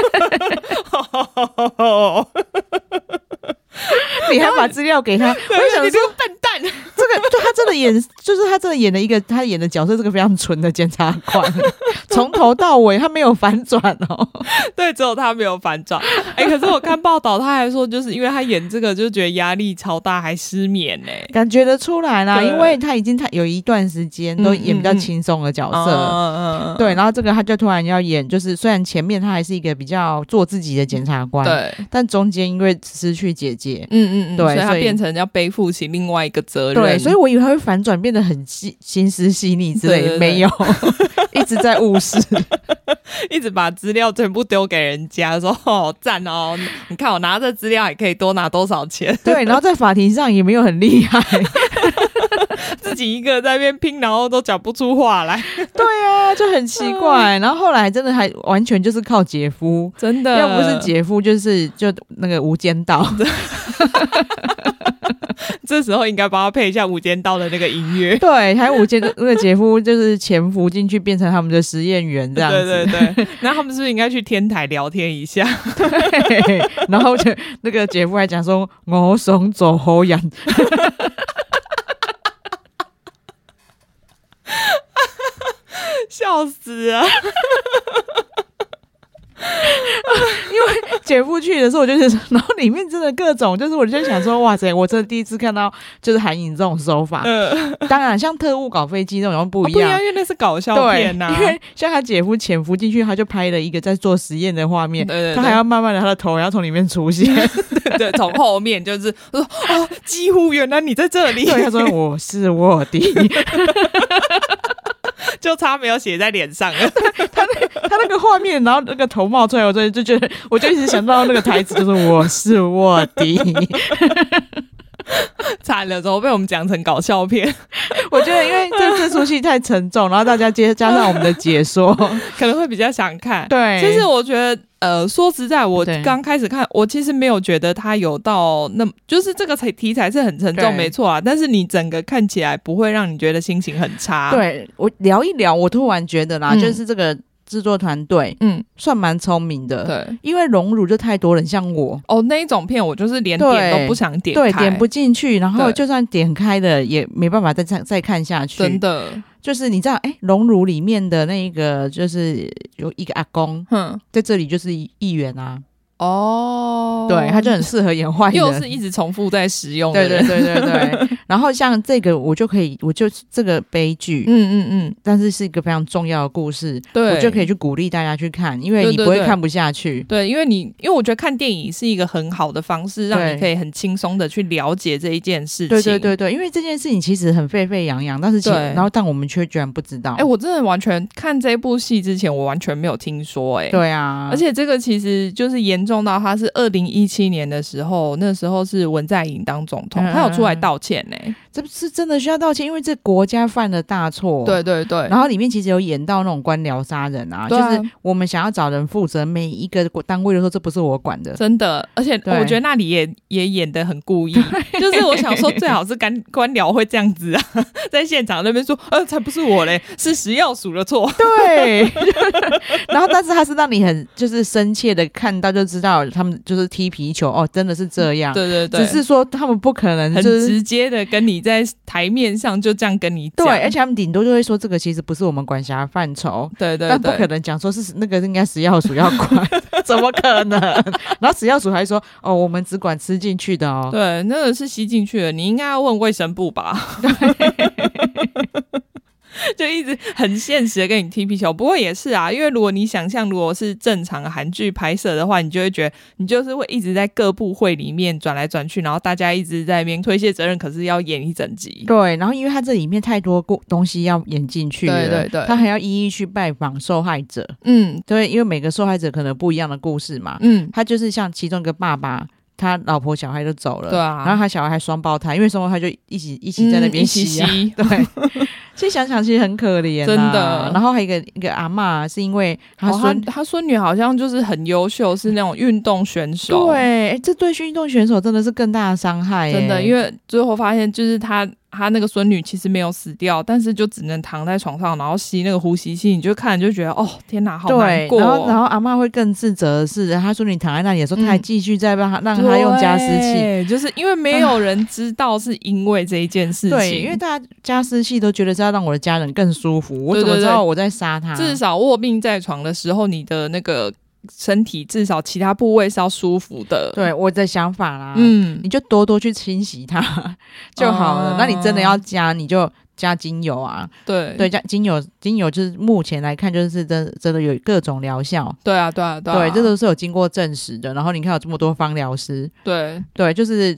Speaker 1: 你还把资料给他，我就想说
Speaker 2: 你这个笨蛋，
Speaker 1: 这个就他真的演，就是他真的演了一个他演的角色是个非常纯的检察 官，从头到尾他没有反转哦。
Speaker 2: 对，只有他没有反转。哎、可是我看报道，他还说，就是因为他演这个，就觉得压力超大，还失眠欸呢、
Speaker 1: 感觉得出来啦，
Speaker 2: 对
Speaker 1: 因为他已经他有一段时间都演比较轻松的角色。
Speaker 2: 嗯嗯嗯
Speaker 1: 对，然后这个他就突然要演，就是虽然前面他还是一个比较做自己的检察官，
Speaker 2: 对，
Speaker 1: 但中间因为失去姐姐，
Speaker 2: 嗯嗯嗯，
Speaker 1: 对
Speaker 2: 所以他
Speaker 1: 所以
Speaker 2: 变成要背负起另外一个责任。
Speaker 1: 对，所以我以为他会反转变得很细心思细腻之类，
Speaker 2: 对对对
Speaker 1: 没 有，一直在误事。
Speaker 2: 一直把资料全部丢给人家，说哦赞哦，你看我拿这资料还可以多拿多少钱，
Speaker 1: 对，然后在法庭上也没有很厉害，
Speaker 2: 自己一个在那边拼，然后都讲不出话 来，
Speaker 1: 对啊，就很奇怪。然后后来真的还完全就是靠姐夫，
Speaker 2: 真的
Speaker 1: 要不是，姐夫就是就那个《无间道》，
Speaker 2: 这时候应该帮他配一下《无间道》的那个音乐。
Speaker 1: 对，还有无间那个姐夫就是潜伏进去变成他们的实验 员这样
Speaker 2: 对
Speaker 1: 子，
Speaker 2: 对对，那他们是不是应该去天台聊天一下？
Speaker 1: 对， 然后就那个姐夫还讲说“我怂走猴养
Speaker 2: 笑死啊！”，
Speaker 1: 姐夫去的时候我就是， 然后里面真的各种，就是我就想说，哇塞，我真的第一次看到就是韩影这种手法。
Speaker 2: 嗯，哦
Speaker 1: 当然，像特务搞飞机那种不
Speaker 2: 啊不
Speaker 1: 一
Speaker 2: 一样，
Speaker 1: 样。
Speaker 2: 因为那是搞笑
Speaker 1: 对，
Speaker 2: 片呐、啊
Speaker 1: 因为像他姐夫潜伏进去，他就拍了一个在做实验的画面，
Speaker 2: 对对对
Speaker 1: 他还要慢慢的他的头要从里面出 现，
Speaker 2: 对，从后面就是说哦，几乎原来你在这里，
Speaker 1: 对，他说我是卧底，
Speaker 2: 就差没有写在脸上了。
Speaker 1: 他那个画面，然后那个头冒出来，我就就觉得，我就一直想到那个台词，就是我是卧 底。
Speaker 2: 惨了，怎么被我们讲成搞笑片？
Speaker 1: 我觉得因为这这出戏太沉重，然后大家接加上我们的解说，
Speaker 2: 可能会比较想看。
Speaker 1: 对，
Speaker 2: 其实我觉得，呃，说实在，我
Speaker 1: 哎对
Speaker 2: 刚开始看，我其实没有觉得它有到那么，就是这个题题材是很沉
Speaker 1: 对
Speaker 2: 重，没错啊。但是你整个看起来不会让你觉得心情很差。，
Speaker 1: 对我聊一聊，我突然觉得啦，
Speaker 2: 嗯
Speaker 1: 就是这个制作团队
Speaker 2: 嗯，
Speaker 1: 算蛮聪明的，
Speaker 2: 对。
Speaker 1: 因为荣辱就太多人，像我。
Speaker 2: 呃哦，那一种片我就是连
Speaker 1: 对
Speaker 2: 点都不想点
Speaker 1: 对，
Speaker 2: 开
Speaker 1: 点不进去，然后
Speaker 2: 对
Speaker 1: 就算点开了，也没办法再再再看下去。
Speaker 2: 真的，
Speaker 1: 就是你知道，哎、荣辱里面的那一个，就是有一个阿公，
Speaker 2: 哼，
Speaker 1: 在这里就是议员啊，
Speaker 2: 哦，
Speaker 1: 对，他就很适合演坏人。
Speaker 2: 又是一直重复在使用的
Speaker 1: 对对对
Speaker 2: 人
Speaker 1: 对对，然后像这个我就可以，我就这个悲剧，
Speaker 2: 嗯嗯嗯，
Speaker 1: 但是是一个非常重要的故事，
Speaker 2: 对，
Speaker 1: 我就可以去鼓励大家去看，因为
Speaker 2: 对
Speaker 1: 你
Speaker 2: 对
Speaker 1: 不会
Speaker 2: 对
Speaker 1: 看不下去。
Speaker 2: 对，因为你因为我觉得看电影是一个很好的方式，让
Speaker 1: 对
Speaker 2: 你可以很轻松的去了解这一件事情。
Speaker 1: 对对对对，因为这件事情其实很沸沸扬扬，但是其
Speaker 2: 对
Speaker 1: 然后但我们却居然不知道。
Speaker 2: 哎、我真的完全看这部戏之前，我完全没有听说、哎，。
Speaker 1: 对啊，
Speaker 2: 而且这个其实就是严重到他是二零一七年的时候，那时候是文在寅当总统，
Speaker 1: 嗯
Speaker 2: 他有出来道歉呢、哎
Speaker 1: 这是真的需要道歉，因为这国家犯了大错。。
Speaker 2: 对对对，
Speaker 1: 然后里面其实有演到那种官僚杀人啊，
Speaker 2: 对
Speaker 1: 就
Speaker 2: 啊
Speaker 1: 是我们想要找人负责，每一个单位都说这不是我管的，
Speaker 2: 真的，而且
Speaker 1: 对
Speaker 2: 我觉得那里也也演的很故意，就是我想说最好是干官僚会这样子啊， 在现场那边说，呃，才不是我嘞，是食药署的错，
Speaker 1: 对，然后但是他是让你很就是深切的看到就知道他们就是踢皮球哦，真的是这样。
Speaker 2: 对对
Speaker 1: 只
Speaker 2: 对，
Speaker 1: 是说他们不可能
Speaker 2: 很
Speaker 1: 就是
Speaker 2: 直接的跟你在台面上就这样跟你讲，
Speaker 1: 对，而且他们顶多就会说这个其实不是我们管辖范畴。
Speaker 2: 对对
Speaker 1: 但呃不可
Speaker 2: 对，
Speaker 1: 能讲说是那个应该食药署要管， 怎么可能？然后食药署还说哦，我们只管吃进去的哦。
Speaker 2: 对，那个是吸进去了，你应该要问卫生部 吧。就一直很现实的跟你踢皮球，不过也是啊，因为如果你想象如果是正常韩剧拍摄的话，你就会觉得你就是会一直在各部会里面转来转去，然后大家一直在那边推卸责任，可是要演一整集。
Speaker 1: 对，然后因为他这里面太多故东西要演进去了，
Speaker 2: 对对对
Speaker 1: 他还要一一去拜访受害者，
Speaker 2: 嗯
Speaker 1: 对，因为每个受害者可能不一样的故事嘛，
Speaker 2: 嗯，
Speaker 1: 他就是像其中一个爸爸，他老婆小孩都走了，
Speaker 2: 对啊
Speaker 1: 然后他小孩还双胞胎，因为双胞胎就一起一起在那边
Speaker 2: 嗯一起
Speaker 1: 吸啊。
Speaker 2: 吸，
Speaker 1: 对， 其实想想其实很可怜、啊，
Speaker 2: 真的
Speaker 1: 然后还有一个一个阿嬷，是因为他
Speaker 2: 哦他
Speaker 1: 孙、
Speaker 2: 他孙女好像就是很优秀，是那种运动选手。
Speaker 1: 对，诶哎这对运动选手真的是更大的伤害、
Speaker 2: 真的，因
Speaker 1: 为
Speaker 2: 为最后发现就是他他那个孙女其实没有死掉，但是就只能躺在床上，然后吸那个呼吸器，你就看就觉得哦天哪，好难
Speaker 1: 对，
Speaker 2: 过、
Speaker 1: 然后然
Speaker 2: 哦。
Speaker 1: 后阿嬷会更自责的是，他说你躺在那里的时候，他还
Speaker 2: 嗯
Speaker 1: 继续在帮他、让他用加湿器。
Speaker 2: 对，就是因为没有人知道是因为这一件事情，
Speaker 1: 对，因为大家加湿器都觉得是要让我的家人更舒服，我
Speaker 2: 对
Speaker 1: 怎么
Speaker 2: 对
Speaker 1: 知
Speaker 2: 对
Speaker 1: 道我在杀他？
Speaker 2: 至少卧病在床的时候，你的那个身体至少其他部位是要舒服的。，
Speaker 1: 对我的想法啦，
Speaker 2: 嗯
Speaker 1: 你，就多多去清洗 它就好了。
Speaker 2: 哦
Speaker 1: 那你真的要加，你就加精油啊，
Speaker 2: 对
Speaker 1: 对，加精油，精油就是目前来看，就是真真的有各种疗效。
Speaker 2: 对啊，对啊，对啊，
Speaker 1: 对，这都是有经过证实的。然后你看有这么多芳疗师，
Speaker 2: 对，
Speaker 1: 对，就是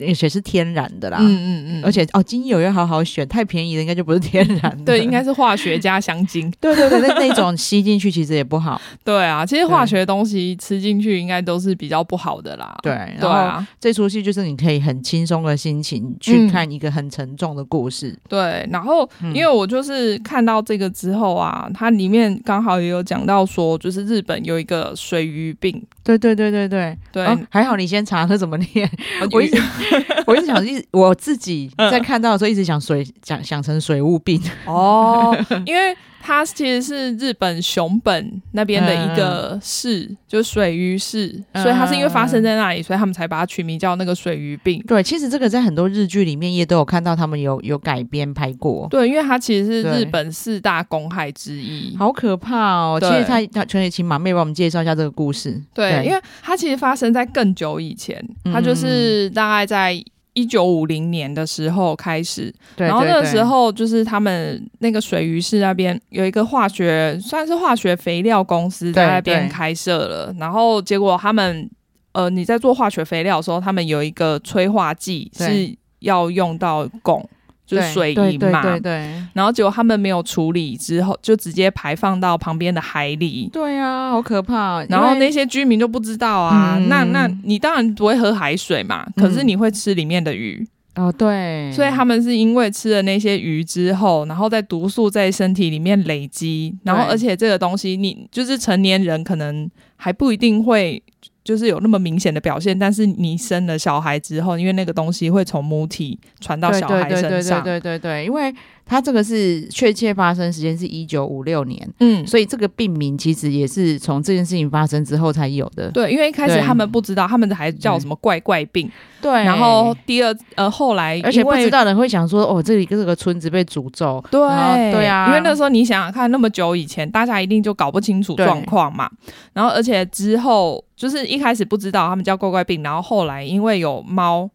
Speaker 1: 而且是天然的啦，
Speaker 2: 嗯嗯嗯，
Speaker 1: 而且哦，精油要好好选，太便宜的应该就不是天然的。
Speaker 2: 对，应该是化学加香精。
Speaker 1: 对对对，那那种吸进去其实也不 好。
Speaker 2: 对啊，其实化学的东西吃进去应该都是比较不好的啦。
Speaker 1: 对，然
Speaker 2: 对
Speaker 1: 后
Speaker 2: 啊，
Speaker 1: 这出戏就是你可以很轻松的心情
Speaker 2: 嗯
Speaker 1: 去看一个很沉重的故事。
Speaker 2: 对。然后
Speaker 1: 嗯
Speaker 2: 因为我就是看到这个之后啊，它里面刚好也有讲到说，就是日本有一个水鱼病，
Speaker 1: 对对对对对，
Speaker 2: 对，哦
Speaker 1: 哦还好你先查它怎么念。我一直
Speaker 2: 鱼
Speaker 1: 我一直想，一直我自己
Speaker 2: 嗯
Speaker 1: 在看到的时候，一直想水想想成水务病。
Speaker 2: 哦，因为它其实是日本熊本那边的一个市，就是水鱼市，
Speaker 1: 嗯
Speaker 2: 所以它是因为发生在那里，所以他们才把它取名叫那个水鱼病。
Speaker 1: 对，其实这个在很多日剧里面也都有看到，他们有有改编拍过。
Speaker 2: 对，因为它其实是
Speaker 1: 对
Speaker 2: 日本四大公害之一。
Speaker 1: 好可怕哦！其
Speaker 2: 对
Speaker 1: 实他他全也请马妹帮我们介绍一下这个故事。
Speaker 2: 对，因为它其实发生在更久以前，
Speaker 1: 嗯
Speaker 2: 它就是大概在一九五零年的时候开始，
Speaker 1: 对
Speaker 2: 然后
Speaker 1: 对
Speaker 2: 那个
Speaker 1: 对
Speaker 2: 时候就是他们那个水鱼市那边有一个化学，算是化学肥料公司在
Speaker 1: 对
Speaker 2: 那边
Speaker 1: 对
Speaker 2: 开设了，然后结果他们呃，你在做化学肥料的时候，他们有一个催化剂
Speaker 1: 对
Speaker 2: 是要用到汞，就
Speaker 1: 对
Speaker 2: 是水银嘛，
Speaker 1: 对对对对
Speaker 2: 然后结果他们没有处理之后，就直接排放到旁边的海里，
Speaker 1: 对啊，好可怕！
Speaker 2: 然后
Speaker 1: 因为
Speaker 2: 那些居民就不知道啊，
Speaker 1: 嗯
Speaker 2: 那那你当然不会喝海水嘛，可是你会吃里面的鱼，
Speaker 1: 哦对，
Speaker 2: 所以他们是因为吃了那些鱼之后，然后在毒素在身体里面累积，然后
Speaker 1: 对
Speaker 2: 而且这个东西你就是成年人可能还不一定会。就是有那么明显的表现，但是你生了小孩之后，因为那个东西会从母体传到
Speaker 1: 对
Speaker 2: 小
Speaker 1: 对
Speaker 2: 孩
Speaker 1: 对对
Speaker 2: 身
Speaker 1: 对
Speaker 2: 上，
Speaker 1: 对对对，因为他这个是确切发生时间是一九五六年，
Speaker 2: 嗯，
Speaker 1: 所以这个病名其实也是从这件事情发生之后才有的。
Speaker 2: 对，因为一开始
Speaker 1: 对嗯
Speaker 2: 他们不知道，他们还叫什么怪怪病，
Speaker 1: 对，
Speaker 2: 然后第二呃后来
Speaker 1: 而且
Speaker 2: 因
Speaker 1: 不
Speaker 2: 为
Speaker 1: 知道的人会想说，哦，这里这个村子被诅咒。
Speaker 2: 对
Speaker 1: 然后对啊
Speaker 2: 因为那时候你想想看，那么久以前，大家一定就搞不清楚
Speaker 1: 对
Speaker 2: 状况嘛。然后，而且之后就是一开始不知道他们叫怪怪病，然后后来因为有猫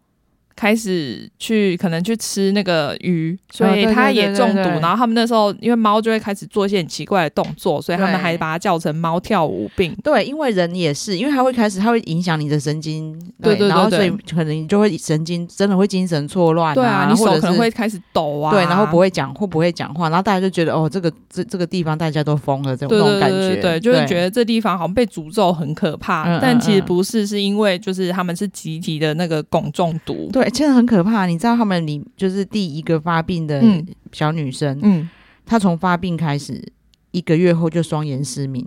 Speaker 2: 开始去可能去吃那个鱼，所以
Speaker 1: 哦对对
Speaker 2: 它
Speaker 1: 对
Speaker 2: 也
Speaker 1: 对
Speaker 2: 中毒。
Speaker 1: 对
Speaker 2: 然后他们那时候因为猫就会开始做一些很奇怪的动作，所以他们
Speaker 1: 对
Speaker 2: 还把它叫成猫跳舞病。
Speaker 1: 对，因为人也是，因为它会开始，它会影响你的神经，
Speaker 2: 对对对
Speaker 1: 然后
Speaker 2: 对
Speaker 1: 所以可能你就会神经真的会精神错乱、
Speaker 2: 对
Speaker 1: 啊，
Speaker 2: 你手
Speaker 1: 或者
Speaker 2: 可能
Speaker 1: 是
Speaker 2: 会开始抖啊，
Speaker 1: 对，然后不
Speaker 2: 会。
Speaker 1: 会讲或不会讲话，然后大家就觉得哦，这个这这个地方大家都疯了，这种
Speaker 2: 对
Speaker 1: 那种
Speaker 2: 对对
Speaker 1: 感
Speaker 2: 对
Speaker 1: 觉，
Speaker 2: 对，就是觉得这地方好像被诅咒很可怕，
Speaker 1: 嗯嗯
Speaker 2: 但其实
Speaker 1: 嗯
Speaker 2: 不是，是因为就是他们是集体的那个汞中毒。
Speaker 1: 对，真的很可怕。你知道他们里就是第一个发病的
Speaker 2: 嗯
Speaker 1: 小女生，
Speaker 2: 嗯，
Speaker 1: 她从发病开始一个月后就双眼失明，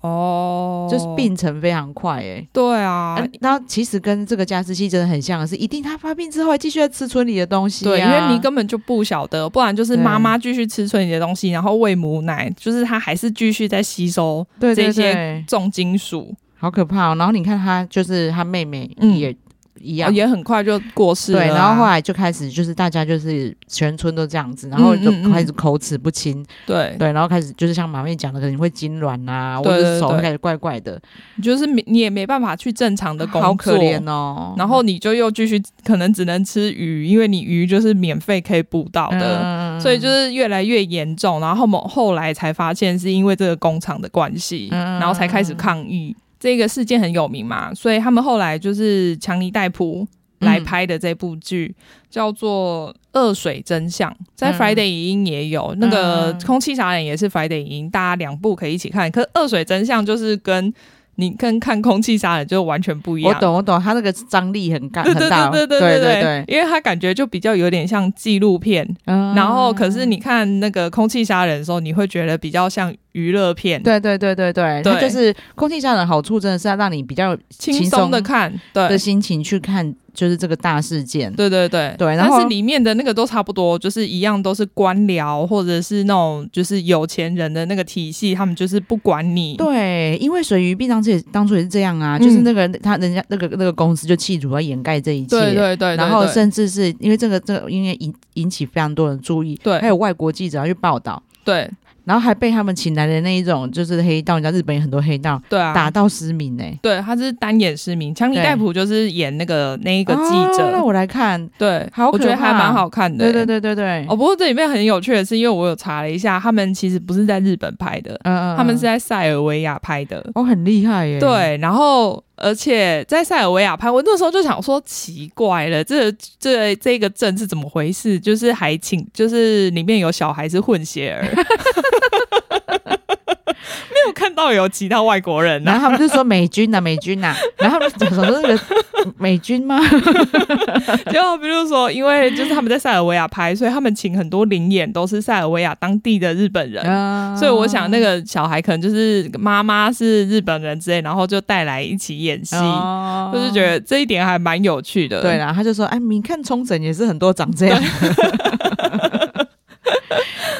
Speaker 2: 哦，
Speaker 1: 就是病程非常快哎、
Speaker 2: 对啊，
Speaker 1: 啊然后其实跟这个加湿器真的很像的是，一定她发病之后还继续在吃村里的东西、啊，
Speaker 2: 对，因为你根本就不晓得，不然就是妈妈继续吃村里的东西，然后喂母奶，就是她还是继续在吸收
Speaker 1: 对对
Speaker 2: 这些
Speaker 1: 对
Speaker 2: 重金属，
Speaker 1: 好可怕、哦。然后你看她就是她妹妹
Speaker 2: 嗯
Speaker 1: 也、一
Speaker 2: 然
Speaker 1: 样
Speaker 2: 后，也很快就过世了啊、
Speaker 1: 对，然后后来就开始就是大家就是全村都这样子，然后
Speaker 2: 嗯
Speaker 1: 就
Speaker 2: 嗯嗯
Speaker 1: 开始口齿不清，
Speaker 2: 对，
Speaker 1: 对，然后开始就是像马妹讲的，可能会痉挛啊，或
Speaker 2: 对
Speaker 1: 者
Speaker 2: 对
Speaker 1: 是手
Speaker 2: 对
Speaker 1: 会开始怪怪的，
Speaker 2: 就是你你也没办法去正常的工作，
Speaker 1: 好可怜哦。
Speaker 2: 然后你就又继续可能只能吃鱼，因为你鱼就是免费可以捕到的，
Speaker 1: 嗯
Speaker 2: 所以就是越来越严重。然后后后来才发现是因为这个工厂的关系，
Speaker 1: 嗯
Speaker 2: 然后才开始抗议。这个事件很有名嘛，所以他们后来就是强尼戴普来拍的这部剧、叫做《恶水真相》，在
Speaker 1: 嗯
Speaker 2: Friday 影音也有，那个
Speaker 1: 嗯
Speaker 2: 《空气杀人》也是 Friday 影音，大家两部可以一起看。可是《恶水真相》就是跟你跟看《空气杀人》就完全不一样，
Speaker 1: 我懂我懂，他那个张力很大
Speaker 2: 对
Speaker 1: 很
Speaker 2: 对
Speaker 1: 大，哦
Speaker 2: 对
Speaker 1: 对
Speaker 2: 对对
Speaker 1: 对
Speaker 2: 对，因为他感觉就比较有点像纪录片，
Speaker 1: 嗯
Speaker 2: 然后可是你看那个《空气杀人》的时候，你会觉得比较像娱乐片，
Speaker 1: 对对对对对，
Speaker 2: 对
Speaker 1: 它就是空气下的好处，真的是要让你比较
Speaker 2: 轻
Speaker 1: 轻
Speaker 2: 松
Speaker 1: 松
Speaker 2: 的看，对
Speaker 1: 的心情去看，就是这个大事件。
Speaker 2: 对对对
Speaker 1: 对然
Speaker 2: 但
Speaker 1: 后
Speaker 2: 是里面的那个都差不多，就是一样都是官僚或者是那种就是有钱人的那个体系，他们就是不管你，
Speaker 1: 对，因为水鱼病当时也当初也是这样啊，
Speaker 2: 嗯
Speaker 1: 就是那个人他人家那个那个公司就企图要掩盖这一切，
Speaker 2: 对对对，
Speaker 1: 然后
Speaker 2: 对
Speaker 1: 甚至是因为这个这个因为引引起非常多人注意，
Speaker 2: 对
Speaker 1: 还有外国记者要去报道，
Speaker 2: 对
Speaker 1: 然后还被他们请来的那一种就是黑道，你知道日本有很多黑道、
Speaker 2: 对啊，
Speaker 1: 打到失明呢、
Speaker 2: 对他是单眼失明，强尼
Speaker 1: 对
Speaker 2: 戴普就是演那个那一
Speaker 1: 一
Speaker 2: 个记
Speaker 1: 那
Speaker 2: 者，
Speaker 1: 啊我来看，
Speaker 2: 对，
Speaker 1: 好
Speaker 2: 我觉
Speaker 1: 可
Speaker 2: 得还
Speaker 1: 怕
Speaker 2: 蛮好看的，
Speaker 1: 对对对对对，
Speaker 2: 哦，不过这里面很有趣的是，因为我有查了一下，他们其实不是在日本拍的，
Speaker 1: 嗯，嗯
Speaker 2: 他们是在塞尔维亚拍的。
Speaker 1: 哦很厉害耶，，
Speaker 2: 对，然后而且在塞尔维亚拍，我那时候就想说奇怪了，这这这个镇是怎么回事？就是还请，就是里面有小孩是混血儿， 没有看到有其他外国人
Speaker 1: 然
Speaker 2: 啊。
Speaker 1: 后他们就说美军呐、啊、美军呐、啊，然后他们就想说那 个美军吗？
Speaker 2: 就比如说，因为就是他们在塞尔维亚拍，所以他们请很多灵演都是塞尔维亚当地的日本人。
Speaker 1: 嗯
Speaker 2: 所以我想，那个小孩可能就是妈妈是日本人之类，然后就带来一起演戏，
Speaker 1: 哦
Speaker 2: 就是觉得这一点还蛮有趣的。
Speaker 1: 对啦，他就说：“哎，你看冲绳也是很多长这样。”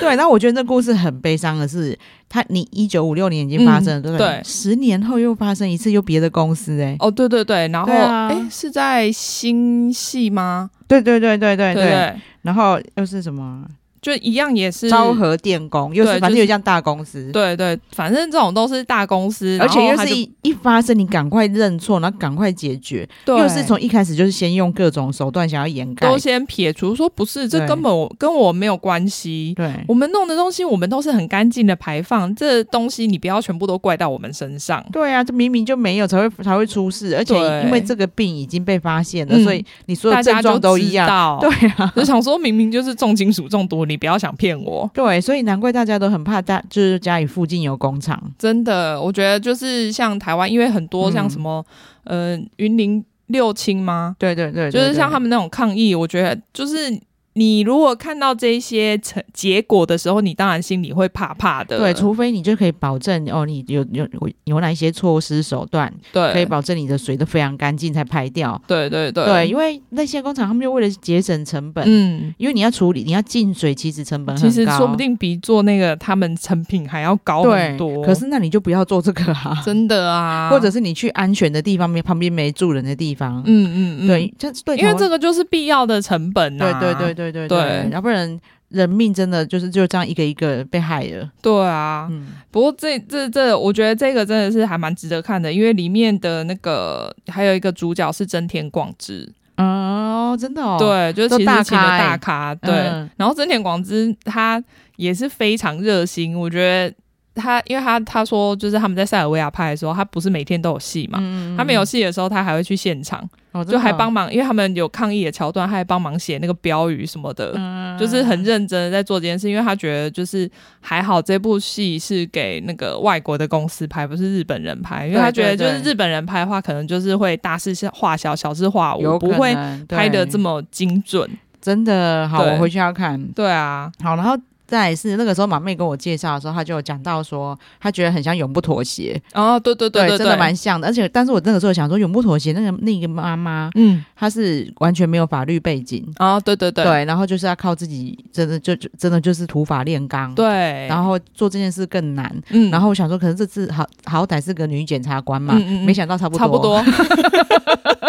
Speaker 1: 对，那我觉得这故事很悲伤的是，他你一九五六年已经发生了，
Speaker 2: 嗯
Speaker 1: 对不对？
Speaker 2: 对
Speaker 1: 十年后又发生一次，又别的公司、哎、
Speaker 2: 哦，对对对，然后
Speaker 1: 对
Speaker 2: 哎、
Speaker 1: 啊
Speaker 2: 诶是在新戏吗？
Speaker 1: 对对对对对
Speaker 2: 对
Speaker 1: 对，然后又是什么
Speaker 2: 就一样也是
Speaker 1: 昭。和电工，又是
Speaker 2: 对
Speaker 1: 反正
Speaker 2: 就是
Speaker 1: 有这样大公司，
Speaker 2: 对对，反正这种都是大公司，
Speaker 1: 而且
Speaker 2: 然
Speaker 1: 又
Speaker 2: 后他
Speaker 1: 是
Speaker 2: 就
Speaker 1: 一一发生，你赶快认错，然后赶快解决，
Speaker 2: 对
Speaker 1: 又是从一开始就是先用各种手段想要掩盖
Speaker 2: 都，先撇除说不是，这
Speaker 1: 对
Speaker 2: 根本我跟我没有关系。
Speaker 1: 对
Speaker 2: 我们弄的东西，我们都是很干净的排放，这东西你不要全部都怪到我们身上。
Speaker 1: 对啊，这明明就没有才会才会出事，而且
Speaker 2: 对
Speaker 1: 因为这个病已经被发现了，
Speaker 2: 嗯
Speaker 1: 所以你所
Speaker 2: 大
Speaker 1: 有症
Speaker 2: 家就
Speaker 1: 状都一
Speaker 2: 知
Speaker 1: 样。
Speaker 2: 道
Speaker 1: 对啊，
Speaker 2: 就想说明明就是重金属中毒，你不要想骗我。
Speaker 1: 对，所以难怪大家都很怕大，就是家里附近有工厂。
Speaker 2: 真的，我觉得就是像台湾，因为很多
Speaker 1: 嗯
Speaker 2: 像什么，呃，云林六轻吗？
Speaker 1: 对对对
Speaker 2: 就是像他
Speaker 1: 们
Speaker 2: 们那种抗议，我觉得就是你如果看到这些成结果的时候，你当然心里会怕怕的。
Speaker 1: 对，除非你就可以保证哦，你有有有有哪一些措施手段
Speaker 2: 对
Speaker 1: 可以保证你的水都非常干净才排掉。
Speaker 2: 对对对
Speaker 1: 对，因为那些工厂他们就为了节省成本，
Speaker 2: 嗯，
Speaker 1: 因为你要处理你要进水，其实成本很
Speaker 2: 其
Speaker 1: 高。
Speaker 2: 实说不定比做那个他们成品还要高很
Speaker 1: 对，
Speaker 2: 多。
Speaker 1: 可是那你就不要做这个啊。
Speaker 2: 真的啊，
Speaker 1: 或者是你去安全的地方，没旁边没住人的地方，
Speaker 2: 嗯嗯嗯，
Speaker 1: 对，，这对，
Speaker 2: 因为这
Speaker 1: 个，
Speaker 2: 个就是必要的成本
Speaker 1: 对
Speaker 2: 啊。
Speaker 1: 对对对对
Speaker 2: 对
Speaker 1: 要不然人命真的就是就这样一个一个被害了，
Speaker 2: 对啊，
Speaker 1: 嗯，
Speaker 2: 不过这这这，我觉得这个真的是还蛮值得看的，因为里面的那个还有一个主角是真田广之，
Speaker 1: 哦，真的哦，，
Speaker 2: 对，就是其
Speaker 1: 都
Speaker 2: 实
Speaker 1: 大咖
Speaker 2: 请的大
Speaker 1: 欸
Speaker 2: 咖，对。
Speaker 1: 嗯
Speaker 2: 然后真田广之他也是非常热心，我觉得他，因为他他说就是他们在塞尔维亚拍的时候，他不是每天都有戏嘛，
Speaker 1: 嗯
Speaker 2: 他没有戏的时候，他还会去现场，
Speaker 1: 哦真
Speaker 2: 就
Speaker 1: 的
Speaker 2: 还
Speaker 1: 哦
Speaker 2: 帮忙，因为他们有抗议的桥段，他还帮忙写那个标语什么的，就是
Speaker 1: 嗯
Speaker 2: 很认真的在做这件事，因为他觉得就是还好这部戏是给那个外国的公司拍，不是日本人拍，因为
Speaker 1: 对
Speaker 2: 他觉得就
Speaker 1: 对
Speaker 2: 是
Speaker 1: 对
Speaker 2: 日本人拍的话，可能就是会大事化小，小事化无，
Speaker 1: 有
Speaker 2: 不
Speaker 1: 可
Speaker 2: 会
Speaker 1: 能
Speaker 2: 拍的这
Speaker 1: 对
Speaker 2: 么精准。
Speaker 1: 真的好，
Speaker 2: 对
Speaker 1: 我回去要看。
Speaker 2: 对啊，
Speaker 1: 好，然后再来是那个时候马妹跟我介绍的时候，她就有讲到说，她觉得很像永不妥协，
Speaker 2: 哦，对对对对，
Speaker 1: 真的蛮像的。而且，但是我那个时候想说，永不妥协那个那个妈妈，
Speaker 2: 嗯，
Speaker 1: 她是完全没有法律背景，
Speaker 2: 哦，对对对
Speaker 1: 对，然后就是要靠自己，真的就就真的就是土法炼钢，，
Speaker 2: 对，
Speaker 1: 然后做这件事更难。
Speaker 2: 嗯
Speaker 1: 然后我想说，可能这次好好歹是个女检察官嘛，
Speaker 2: 嗯嗯嗯
Speaker 1: 没想到差不多，
Speaker 2: 差不，多。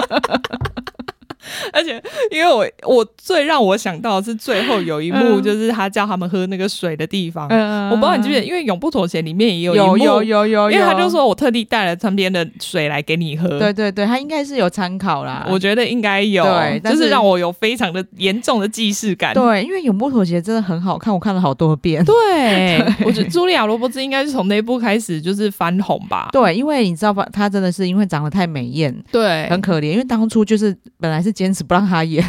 Speaker 2: 而且，因为我我最让我想到的是最后有一幕，
Speaker 1: 嗯
Speaker 2: 就是他叫他们喝那个水的地方。
Speaker 1: 嗯
Speaker 2: 我不知道你记不记得，因为《永不妥协》里面也有一幕，
Speaker 1: 有有有有，
Speaker 2: 因为他
Speaker 1: 有
Speaker 2: 就，说我特地带了旁边的水来给你喝。
Speaker 1: 对对对，她应该是有参考啦，
Speaker 2: 我觉得应该有
Speaker 1: 对，但
Speaker 2: 就是是让我有非常的严重的既视感。
Speaker 1: 对，因为永不妥协真的很好看，我看了好多遍。
Speaker 2: 对， 我觉得茱莉亚·罗伯兹应该是从那部开始就是翻红吧。
Speaker 1: 对，因为你知道吧，她真的是因为长得太美艳，
Speaker 2: 对
Speaker 1: 很可怜。因为当初就是本来是坚持不让她 演，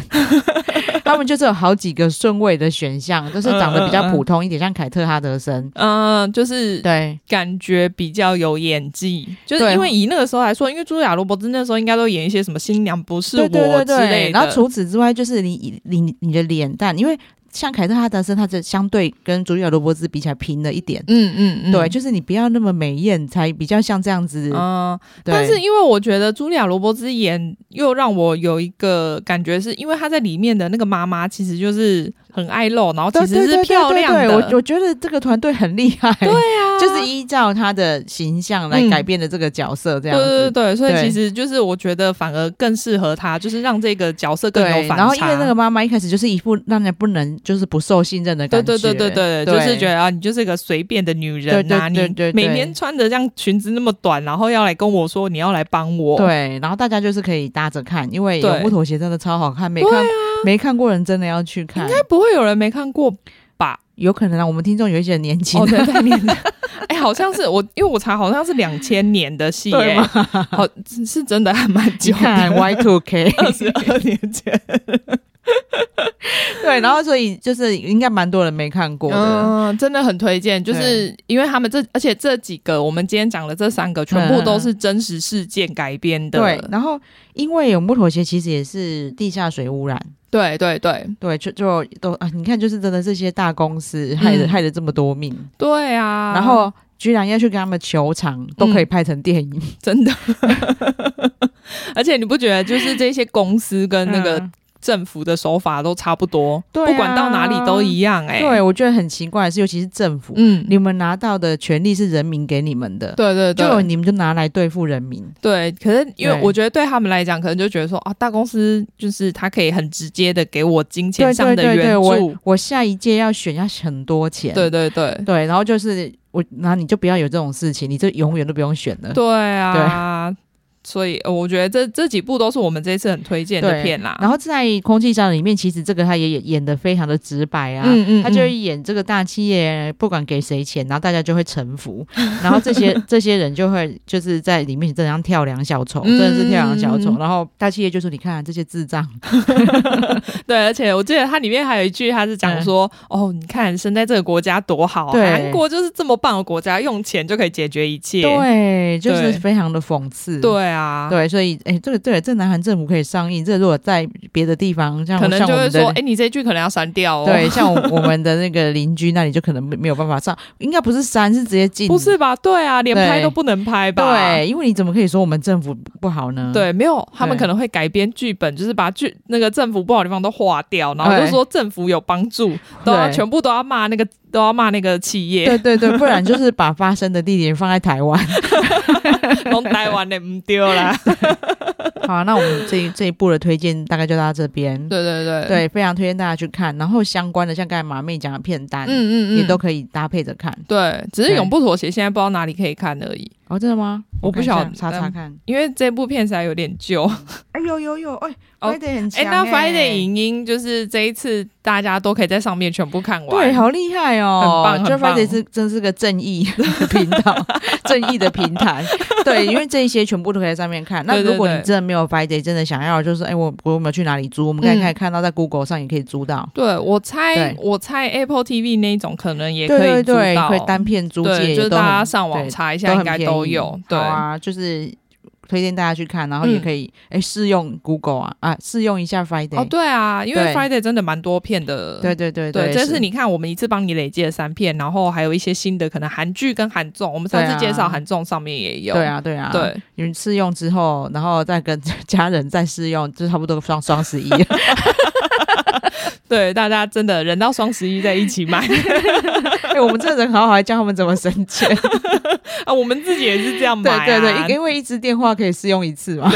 Speaker 1: 他们就是有好几个顺位的选项，就是长得比较普通一点，像凯特·哈德森。
Speaker 2: 嗯、就是
Speaker 1: 对
Speaker 2: 感觉比较有演技，就是
Speaker 1: 对
Speaker 2: 因为以那个时候来说，因为茱莉亚·罗伯兹那时候应该都演一些什么新娘不是
Speaker 1: 对对
Speaker 2: 我
Speaker 1: 对
Speaker 2: 之类的，
Speaker 1: 对。然后除此之外，就是你你你你的脸蛋，因为像凯特·哈德森，她就相对跟茱莉亚·罗伯兹比起来平了一点。
Speaker 2: 嗯嗯嗯，
Speaker 1: 对，就是你不要那么美艳，才比较像这样子。
Speaker 2: 嗯，
Speaker 1: 对
Speaker 2: 但是因为我觉得茱莉亚·罗伯兹演又让我有一个感觉，是因为她在里面的那个妈妈其实就是很爱露，然后
Speaker 1: 对
Speaker 2: 其实
Speaker 1: 对
Speaker 2: 是
Speaker 1: 对
Speaker 2: 漂
Speaker 1: 对
Speaker 2: 亮
Speaker 1: 对
Speaker 2: 的，
Speaker 1: 我我觉得这个团队很厉害。对
Speaker 2: 啊嗯
Speaker 1: 就是依照他的形象来改变的这个角色，这
Speaker 2: 对
Speaker 1: 样子。
Speaker 2: 对对对，所以
Speaker 1: 对
Speaker 2: 其实就是我觉得反而更适合她，就是让这个角色更有
Speaker 1: 对
Speaker 2: 反差。
Speaker 1: 然后因为那个妈妈一开始就是一副让人不能就是不受信任的
Speaker 2: 对
Speaker 1: 感觉，
Speaker 2: 对对对对，就是觉得啊，你就是个随便的女人呐、啊，
Speaker 1: 对对对对
Speaker 2: 你
Speaker 1: 对
Speaker 2: 每天穿的像裙子那么短，然后要来跟我说你要来帮我，
Speaker 1: 对，然后大家就是可以搭着看，因为
Speaker 2: 对
Speaker 1: 永不妥协真的超好看，没看、没看过人真的要去看
Speaker 2: 啊应，该不会有人没看过吧？
Speaker 1: 有可能啊，我们听众有一些年轻
Speaker 2: 哦，
Speaker 1: 的，
Speaker 2: 对，在面的， 哎、好像是我，因为我查好像是两千年的戏、
Speaker 1: 对
Speaker 2: 耶， 好是真的还蛮
Speaker 1: 你
Speaker 2: 久
Speaker 1: 看
Speaker 2: 的，
Speaker 1: Y Two K，
Speaker 2: 二十二年前
Speaker 1: 对，然后所以就是应该蛮多人没看过的，
Speaker 2: 嗯，真的很推荐，就是因为他们这，而且这几个我们今天讲的这三个，全部都是真实事件改编的，
Speaker 1: 对，然后因为永不妥协其实也是地下水污染。
Speaker 2: 对对对
Speaker 1: 对，就就都啊，你看，就是真的这些大公司害了、
Speaker 2: 嗯
Speaker 1: 害了这么多命，
Speaker 2: 对啊，嗯
Speaker 1: 然后居然要去跟他们求偿，都可以拍成电影，
Speaker 2: 真的。 而且你不觉得就是这些公司跟那个
Speaker 1: 嗯
Speaker 2: 政府的手法都差不多，
Speaker 1: 对啊
Speaker 2: 不管到哪里都一样哎、
Speaker 1: 对，我觉得很奇怪的是，尤其是政府，
Speaker 2: 嗯，
Speaker 1: 你们拿到的权利是人民给你们的，
Speaker 2: 对对
Speaker 1: 就
Speaker 2: 对
Speaker 1: 你们就拿来对付人民。
Speaker 2: 对。可是因为
Speaker 1: 对
Speaker 2: 我觉得对他们来讲，可能就觉得说啊，大公司就是他可以很直接的给我金钱
Speaker 1: 对
Speaker 2: 上
Speaker 1: 对
Speaker 2: 的
Speaker 1: 对对，
Speaker 2: 援
Speaker 1: 我
Speaker 2: 助，
Speaker 1: 我下一届要选要很多钱，
Speaker 2: 对对对
Speaker 1: 对，然后就是我，然后你就不要有这种事情，你就永远都不用选了。
Speaker 2: 对啊。所以呃我觉得这这几部都是我们这次很推荐的
Speaker 1: 对
Speaker 2: 片啦。
Speaker 1: 然后在《空气站》里面，其实这个他也演演的非常的直白啊，
Speaker 2: 嗯嗯
Speaker 1: 他就会演这个大企业，不管给谁钱，然后大家就会臣服，然后这些这些人就会就是在里面真的像跳梁小丑，真
Speaker 2: 嗯
Speaker 1: 的是跳梁小
Speaker 2: 嗯
Speaker 1: 丑。
Speaker 2: 嗯
Speaker 1: 然后大企业就说：“你看这些智障，
Speaker 2: 对，而且我记得它里面还有一句，他是讲说：“哦，你看生在这个国家多
Speaker 1: 嗯
Speaker 2: 好，啊
Speaker 1: 对
Speaker 2: 韩国就是这么棒的国家，用钱就可以解决一切。”
Speaker 1: 对，就是
Speaker 2: 对
Speaker 1: 非常的讽刺。”
Speaker 2: 对啊，
Speaker 1: 对，所以哎，这个对，这南韩政府可以上映。这如果在别的地方，像
Speaker 2: 可能
Speaker 1: 像
Speaker 2: 就
Speaker 1: 我
Speaker 2: 会
Speaker 1: 们
Speaker 2: 说：“
Speaker 1: 的
Speaker 2: 哎、你这句可能要删掉哦。”
Speaker 1: 对，像我我们的那个邻居那里，就可能没没有办法上，应该不是删，是直接禁。
Speaker 2: 不是吧？对啊，连
Speaker 1: 对
Speaker 2: 拍都不能拍吧？
Speaker 1: 对，因为你怎么可以说我们政府不好呢？
Speaker 2: 对，没有，他们
Speaker 1: 对
Speaker 2: 可能会改编剧本，就是把剧那个政府不好的地方都划掉，然后就
Speaker 1: 对
Speaker 2: 说政府有帮助，都要
Speaker 1: 对
Speaker 2: 全部都要骂那个，都要骂那个企业，
Speaker 1: 对对对，不然就是把发生的地点放在台湾。
Speaker 2: 从台湾的不丢啦。
Speaker 1: 好、那我们这一这一部的推荐大概就到这边。
Speaker 2: 对对 对，
Speaker 1: 对，非常推荐大家去看。然后相关的，像刚才马妹讲的片单，
Speaker 2: 嗯嗯嗯，
Speaker 1: 也都可以搭配着看。
Speaker 2: 对，只是
Speaker 1: 对
Speaker 2: 永不妥协现在不知道哪里可以看而已。
Speaker 1: 哦，真的吗？
Speaker 2: 我不晓得嗯
Speaker 1: 看一下查查看。
Speaker 2: 因为这部片才有点 旧。
Speaker 1: 哎，有有有，哎
Speaker 2: 哦
Speaker 1: ，Friday 很
Speaker 2: 哎、
Speaker 1: 强。欸
Speaker 2: 那 Friday 影音就是这一次大家都可以在上面全部看完。
Speaker 1: 对，好厉害哦！
Speaker 2: 很棒很棒
Speaker 1: Friday 是真是个正义的频道， 正义的平台。对，因为这一些全部都可以在上面看。那
Speaker 2: 对对
Speaker 1: 如果你
Speaker 2: 对
Speaker 1: 真的没有 Friday，真的想要就是，哎，我我有没有去哪里租？我们
Speaker 2: 嗯
Speaker 1: 可以可以看到在 Google 上也可以租到。
Speaker 2: 对我猜
Speaker 1: 对，
Speaker 2: 我猜 Apple TV 那一种可能也
Speaker 1: 对
Speaker 2: 可以
Speaker 1: 对
Speaker 2: 租
Speaker 1: 对，
Speaker 2: 到，
Speaker 1: 可以单片租
Speaker 2: 对
Speaker 1: 借，
Speaker 2: 就是
Speaker 1: 也都
Speaker 2: 大
Speaker 1: 很
Speaker 2: 家上网
Speaker 1: 对
Speaker 2: 查一下，应该都有
Speaker 1: 很。
Speaker 2: 对、
Speaker 1: 便宜好啊，就是推荐大家去看，然后也
Speaker 2: 嗯
Speaker 1: 可以哎试用 Google 啊啊试用一下 Friday。
Speaker 2: 哦，对啊，因为
Speaker 1: 对
Speaker 2: Friday 真的蛮多片的。
Speaker 1: 对对对
Speaker 2: 对，这
Speaker 1: 这
Speaker 2: 次你看，我们一次帮你累积了三片，然后还有一些新的，可能韩剧跟韩综，我们上次
Speaker 1: 对啊
Speaker 2: 介绍韩综上面也有。
Speaker 1: 对，啊对啊
Speaker 2: 对，
Speaker 1: 你们试用之后，然后再跟 家人再试用，就差不多双双十一。
Speaker 2: 对，大家真的人到双十一在一起 买
Speaker 1: 哎、我们这人好好，还教他们怎么省钱。
Speaker 2: 啊，我们自己也是这样 买、
Speaker 1: 对
Speaker 2: 啊。
Speaker 1: 对对，因为一支电话可以试用一次嘛。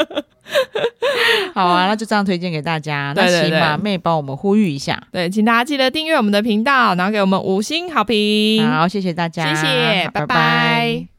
Speaker 1: 好啊，那就这样推荐给大家。那
Speaker 2: 对对
Speaker 1: 请
Speaker 2: 对
Speaker 1: 马妹帮我们呼吁一下。
Speaker 2: 对，请大家记得订阅我们的频道，然后给我们五星好评。
Speaker 1: 好，谢谢大家，
Speaker 2: 嗯谢谢，
Speaker 1: 好拜
Speaker 2: 拜
Speaker 1: 拜
Speaker 2: 拜